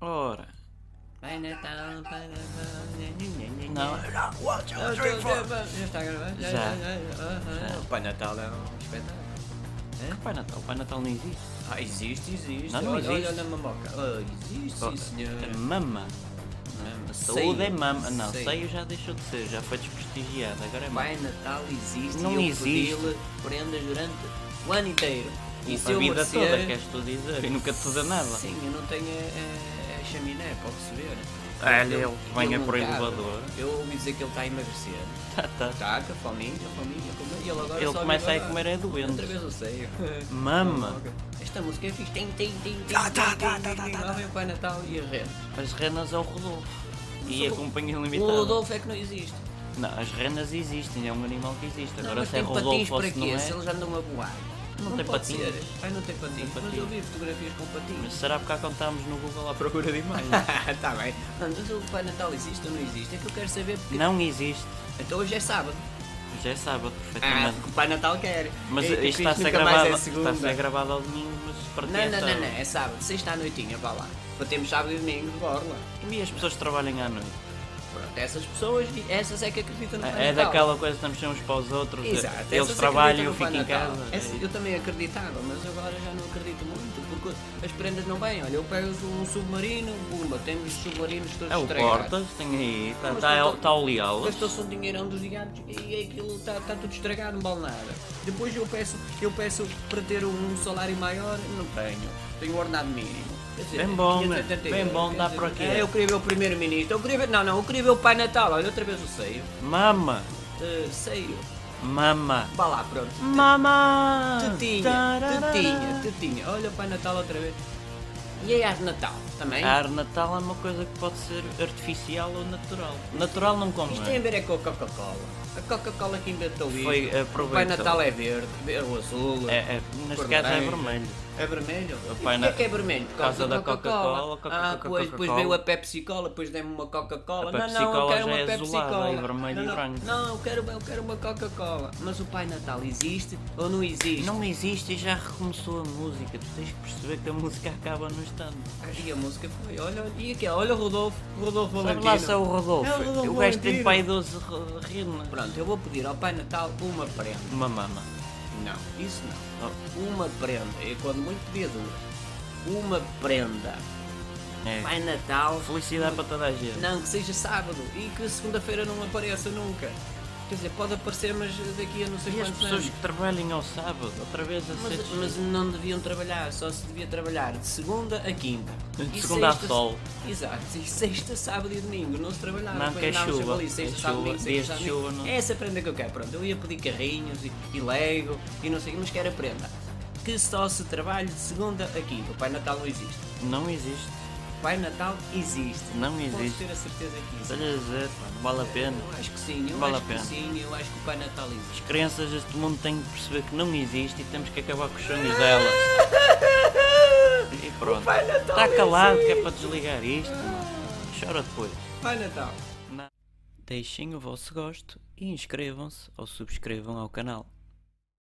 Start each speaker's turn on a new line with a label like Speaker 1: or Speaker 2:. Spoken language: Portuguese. Speaker 1: agora. Não.
Speaker 2: tá Já. O Pai Natal é um espetáculo.
Speaker 1: Que é Pai Natal? Pai Natal não existe.
Speaker 2: Ah, existe, existe.
Speaker 1: Não, não
Speaker 2: olha, olha
Speaker 1: existe.
Speaker 2: na mamoca. Ah, existe, sim,
Speaker 1: É
Speaker 2: senhor.
Speaker 1: mama.
Speaker 2: Mama,
Speaker 1: A saúde é
Speaker 2: sei.
Speaker 1: mama. Não,
Speaker 2: Sei.
Speaker 1: seio já deixou de ser, já foi desprestigiado. Agora é mama.
Speaker 2: Pai Natal existe
Speaker 1: Não
Speaker 2: e eu
Speaker 1: existe.
Speaker 2: pedi-lhe prendas durante o ano inteiro. E se
Speaker 1: a
Speaker 2: eu
Speaker 1: vida
Speaker 2: merecer-
Speaker 1: toda, queres tu dizer, e nunca te dá nada.
Speaker 2: Sim, eu não tenho a, a- a chaminé para receber.
Speaker 1: Olha,
Speaker 2: Eu-
Speaker 1: Ah, é, ele venha
Speaker 2: não
Speaker 1: por
Speaker 2: cabe.
Speaker 1: elevador.
Speaker 2: Eu ouvi dizer que ele está a emagrecer.
Speaker 1: Tá, tá.
Speaker 2: Está, com a fominha, com a fominha. com a- E ele agora
Speaker 1: Ele
Speaker 2: só
Speaker 1: começa
Speaker 2: vive
Speaker 1: a comer é doente.
Speaker 2: Outra vez eu sei.
Speaker 1: Mama.
Speaker 2: Esta música é fixe. Tem, tem, tem, tem. Tá, tá, tá, tá, Lá vem o Pai Natal e as renas.
Speaker 1: As renas é o Rodolfo. E a
Speaker 2: Rodolfo.
Speaker 1: companhia
Speaker 2: O
Speaker 1: limitada.
Speaker 2: Rodolfo é que não existe.
Speaker 1: Não, as renas existem, é um animal que existe.
Speaker 2: Não,
Speaker 1: Agora
Speaker 2: mas
Speaker 1: se é
Speaker 2: tem patins
Speaker 1: Rodolfo ou
Speaker 2: para
Speaker 1: se não
Speaker 2: quê? Se
Speaker 1: é.
Speaker 2: eles andam a voar.
Speaker 1: Não tem
Speaker 2: pode
Speaker 1: patins.
Speaker 2: ser. Ai, não tem patins. Mas
Speaker 1: patins.
Speaker 2: eu vi fotografias com patins.
Speaker 1: Mas será porque há quando estávamos no Google à procura de imagens?
Speaker 2: Está bem. Não, mas o Pai Natal existe ou não existe? É que eu quero saber porque.
Speaker 1: não existe.
Speaker 2: Então hoje é sábado.
Speaker 1: Já é sábado,
Speaker 2: Ah,
Speaker 1: perfeitamente.
Speaker 2: porque o Pai Natal quer.
Speaker 1: mas
Speaker 2: Ei,
Speaker 1: isto
Speaker 2: que
Speaker 1: está a
Speaker 2: fixe,
Speaker 1: ser
Speaker 2: É nunca mais
Speaker 1: gravado.
Speaker 2: É
Speaker 1: está a
Speaker 2: segunda.
Speaker 1: ser gravado ao domingo, mas para ti
Speaker 2: Não,
Speaker 1: é
Speaker 2: não, não,
Speaker 1: sábado.
Speaker 2: não, é sábado, sexta à noitinha, vá lá. Batemos sábado e domingo de borla.
Speaker 1: E as pessoas que trabalham à noite.
Speaker 2: Pronto, essas pessoas, essas é que acreditam no Pai
Speaker 1: É
Speaker 2: Natal.
Speaker 1: daquela coisa que estamos uns para os outros.
Speaker 2: Exato, essas é
Speaker 1: eles
Speaker 2: acreditam
Speaker 1: trabalham,
Speaker 2: no
Speaker 1: eu
Speaker 2: Pai
Speaker 1: fico em
Speaker 2: Natal.
Speaker 1: casa. É
Speaker 2: Essa- eu também acreditava, mas agora já não acredito muito, porque as prendas não vêm. Olha, eu pego um submarino, bumba, temos submarinos todos
Speaker 1: É o
Speaker 2: estragados.
Speaker 1: Portas, tem aí, está
Speaker 2: Mas
Speaker 1: tá,
Speaker 2: não-
Speaker 1: tá, tá o Leal.
Speaker 2: Gastou-se um dinheirão dos gigantes e aquilo está tudo estragado, não vale nada. Depois eu peço, eu peço para ter um salário maior, não tenho. Tenho um ordenado mínimo. Quer dizer,
Speaker 1: Bem bom, né?
Speaker 2: 580
Speaker 1: bem
Speaker 2: euros,
Speaker 1: bom,
Speaker 2: quer
Speaker 1: dá
Speaker 2: dizer,
Speaker 1: para quê?
Speaker 2: é, Eu queria ver o primeiro-ministro, eu queria ver... Não, não, eu queria ver o Pai Natal, olha, outra vez o seio.
Speaker 1: Mama,
Speaker 2: Eh, seio.
Speaker 1: mama,
Speaker 2: Vá lá, pronto.
Speaker 1: mama.
Speaker 2: Tetinha,
Speaker 1: Tarará.
Speaker 2: tetinha, tetinha. Olha o Pai Natal outra vez. E a árvore de Natal também?
Speaker 1: A árvore de Natal é uma coisa que pode ser artificial ou natural. Natural não como
Speaker 2: Isto
Speaker 1: é.
Speaker 2: tem a ver é com a Coca-Cola. A Coca-cola que inventou isto.
Speaker 1: Foi, eh,
Speaker 2: o Pai
Speaker 1: aproveitou.
Speaker 2: Natal é verde, é o azul.
Speaker 1: É, é, neste
Speaker 2: cor
Speaker 1: caso é
Speaker 2: laranja.
Speaker 1: vermelho.
Speaker 2: É vermelho?
Speaker 1: O
Speaker 2: E
Speaker 1: Pai
Speaker 2: porquê
Speaker 1: Na-
Speaker 2: que é vermelho? Por
Speaker 1: causa da Coca-Cola, Coca-
Speaker 2: Ah, pois, depois
Speaker 1: Coca-Cola.
Speaker 2: veio a Pepsi-Cola, depois demos uma Coca-Cola.
Speaker 1: A
Speaker 2: Não, não, eu
Speaker 1: Pepsi-Cola
Speaker 2: quero
Speaker 1: já
Speaker 2: uma
Speaker 1: é azulada,
Speaker 2: Pepsi-Cola.
Speaker 1: é vermelho
Speaker 2: não,
Speaker 1: e
Speaker 2: não,
Speaker 1: branco.
Speaker 2: Não, eu quero, eu quero uma Coca-Cola. Mas o Pai Natal existe ou não existe?
Speaker 1: Não existe e já recomeçou a música. Tu tens que perceber que a música acaba no instante.
Speaker 2: E a música foi, olha, e aqui, olha o Rodolfo, Rodolfo
Speaker 1: Sabe
Speaker 2: Valentino.
Speaker 1: lá se é o Rodolfo.
Speaker 2: É o Rodolfo
Speaker 1: o gajo tem
Speaker 2: Valentino.
Speaker 1: pai 12 re- renas.
Speaker 2: Pronto, eu vou pedir ao Pai Natal uma prenda.
Speaker 1: Uma mama. Oh,
Speaker 2: Não, isso não. Uma prenda. E quando muito pedia duas. Uma prenda.
Speaker 1: É.
Speaker 2: Pai Natal.
Speaker 1: Felicidade para toda a gente.
Speaker 2: Não, que seja sábado e que segunda-feira não apareça nunca. Quer dizer, pode aparecer, mas daqui a não sei
Speaker 1: E as
Speaker 2: quantos
Speaker 1: pessoas
Speaker 2: anos.
Speaker 1: que trabalham ao sábado, outra vez tipo a
Speaker 2: é. Mas,
Speaker 1: sexta.
Speaker 2: mas não deviam trabalhar, só se devia trabalhar de segunda a quinta.
Speaker 1: De
Speaker 2: E
Speaker 1: segunda a
Speaker 2: sexta-
Speaker 1: sol.
Speaker 2: Exato, e sexta, sábado e domingo não se trabalhava.
Speaker 1: Não,
Speaker 2: pois
Speaker 1: que é
Speaker 2: andávamos
Speaker 1: chuva,
Speaker 2: sempre Ali, sexta,
Speaker 1: é
Speaker 2: sábado,
Speaker 1: chuva,
Speaker 2: domingo, sexta,
Speaker 1: dias de
Speaker 2: sábado, domingo.
Speaker 1: chuva, não-
Speaker 2: É essa prenda que eu quero, pronto. Eu ia pedir carrinhos e, e lego e não sei o quê, mas quero a prenda. Que só se trabalhe de segunda a quinta. O Pai Natal não existe.
Speaker 1: Não existe.
Speaker 2: O Pai Natal existe.
Speaker 1: Não
Speaker 2: Podes
Speaker 1: existe.
Speaker 2: ter a certeza que existe.
Speaker 1: Estás a dizer, pá, não vale a pena.
Speaker 2: Eu acho que sim, eu
Speaker 1: Vale
Speaker 2: acho
Speaker 1: a
Speaker 2: que
Speaker 1: pena.
Speaker 2: sim, eu acho que o Pai Natal existe.
Speaker 1: As crianças deste mundo têm que perceber que não existe e temos que acabar com os sonhos delas. E pronto.
Speaker 2: Pai Natal
Speaker 1: Está calado que é
Speaker 2: existe.
Speaker 1: para desligar isto. Chora depois.
Speaker 2: Pai Natal.
Speaker 1: Deixem o vosso gosto e inscrevam-se ou subscrevam ao canal.